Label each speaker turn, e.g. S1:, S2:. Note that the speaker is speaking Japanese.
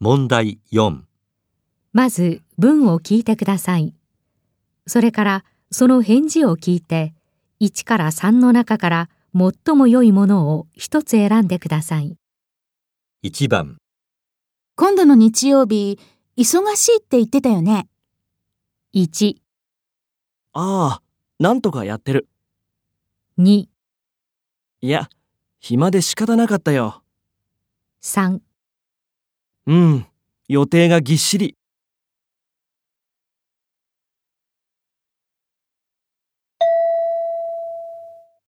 S1: 問題4
S2: まず文を聞いてください。それからその返事を聞いて、1から3の中から最も良いものを一つ選んでください。
S1: 1番
S3: 今度の日曜日、忙しいって言ってたよね。
S2: 1、
S4: ああ、なんとかやってる。
S2: 2、
S4: いや、暇で仕方なかったよ。
S2: 3。
S4: うん、予定がぎっしり。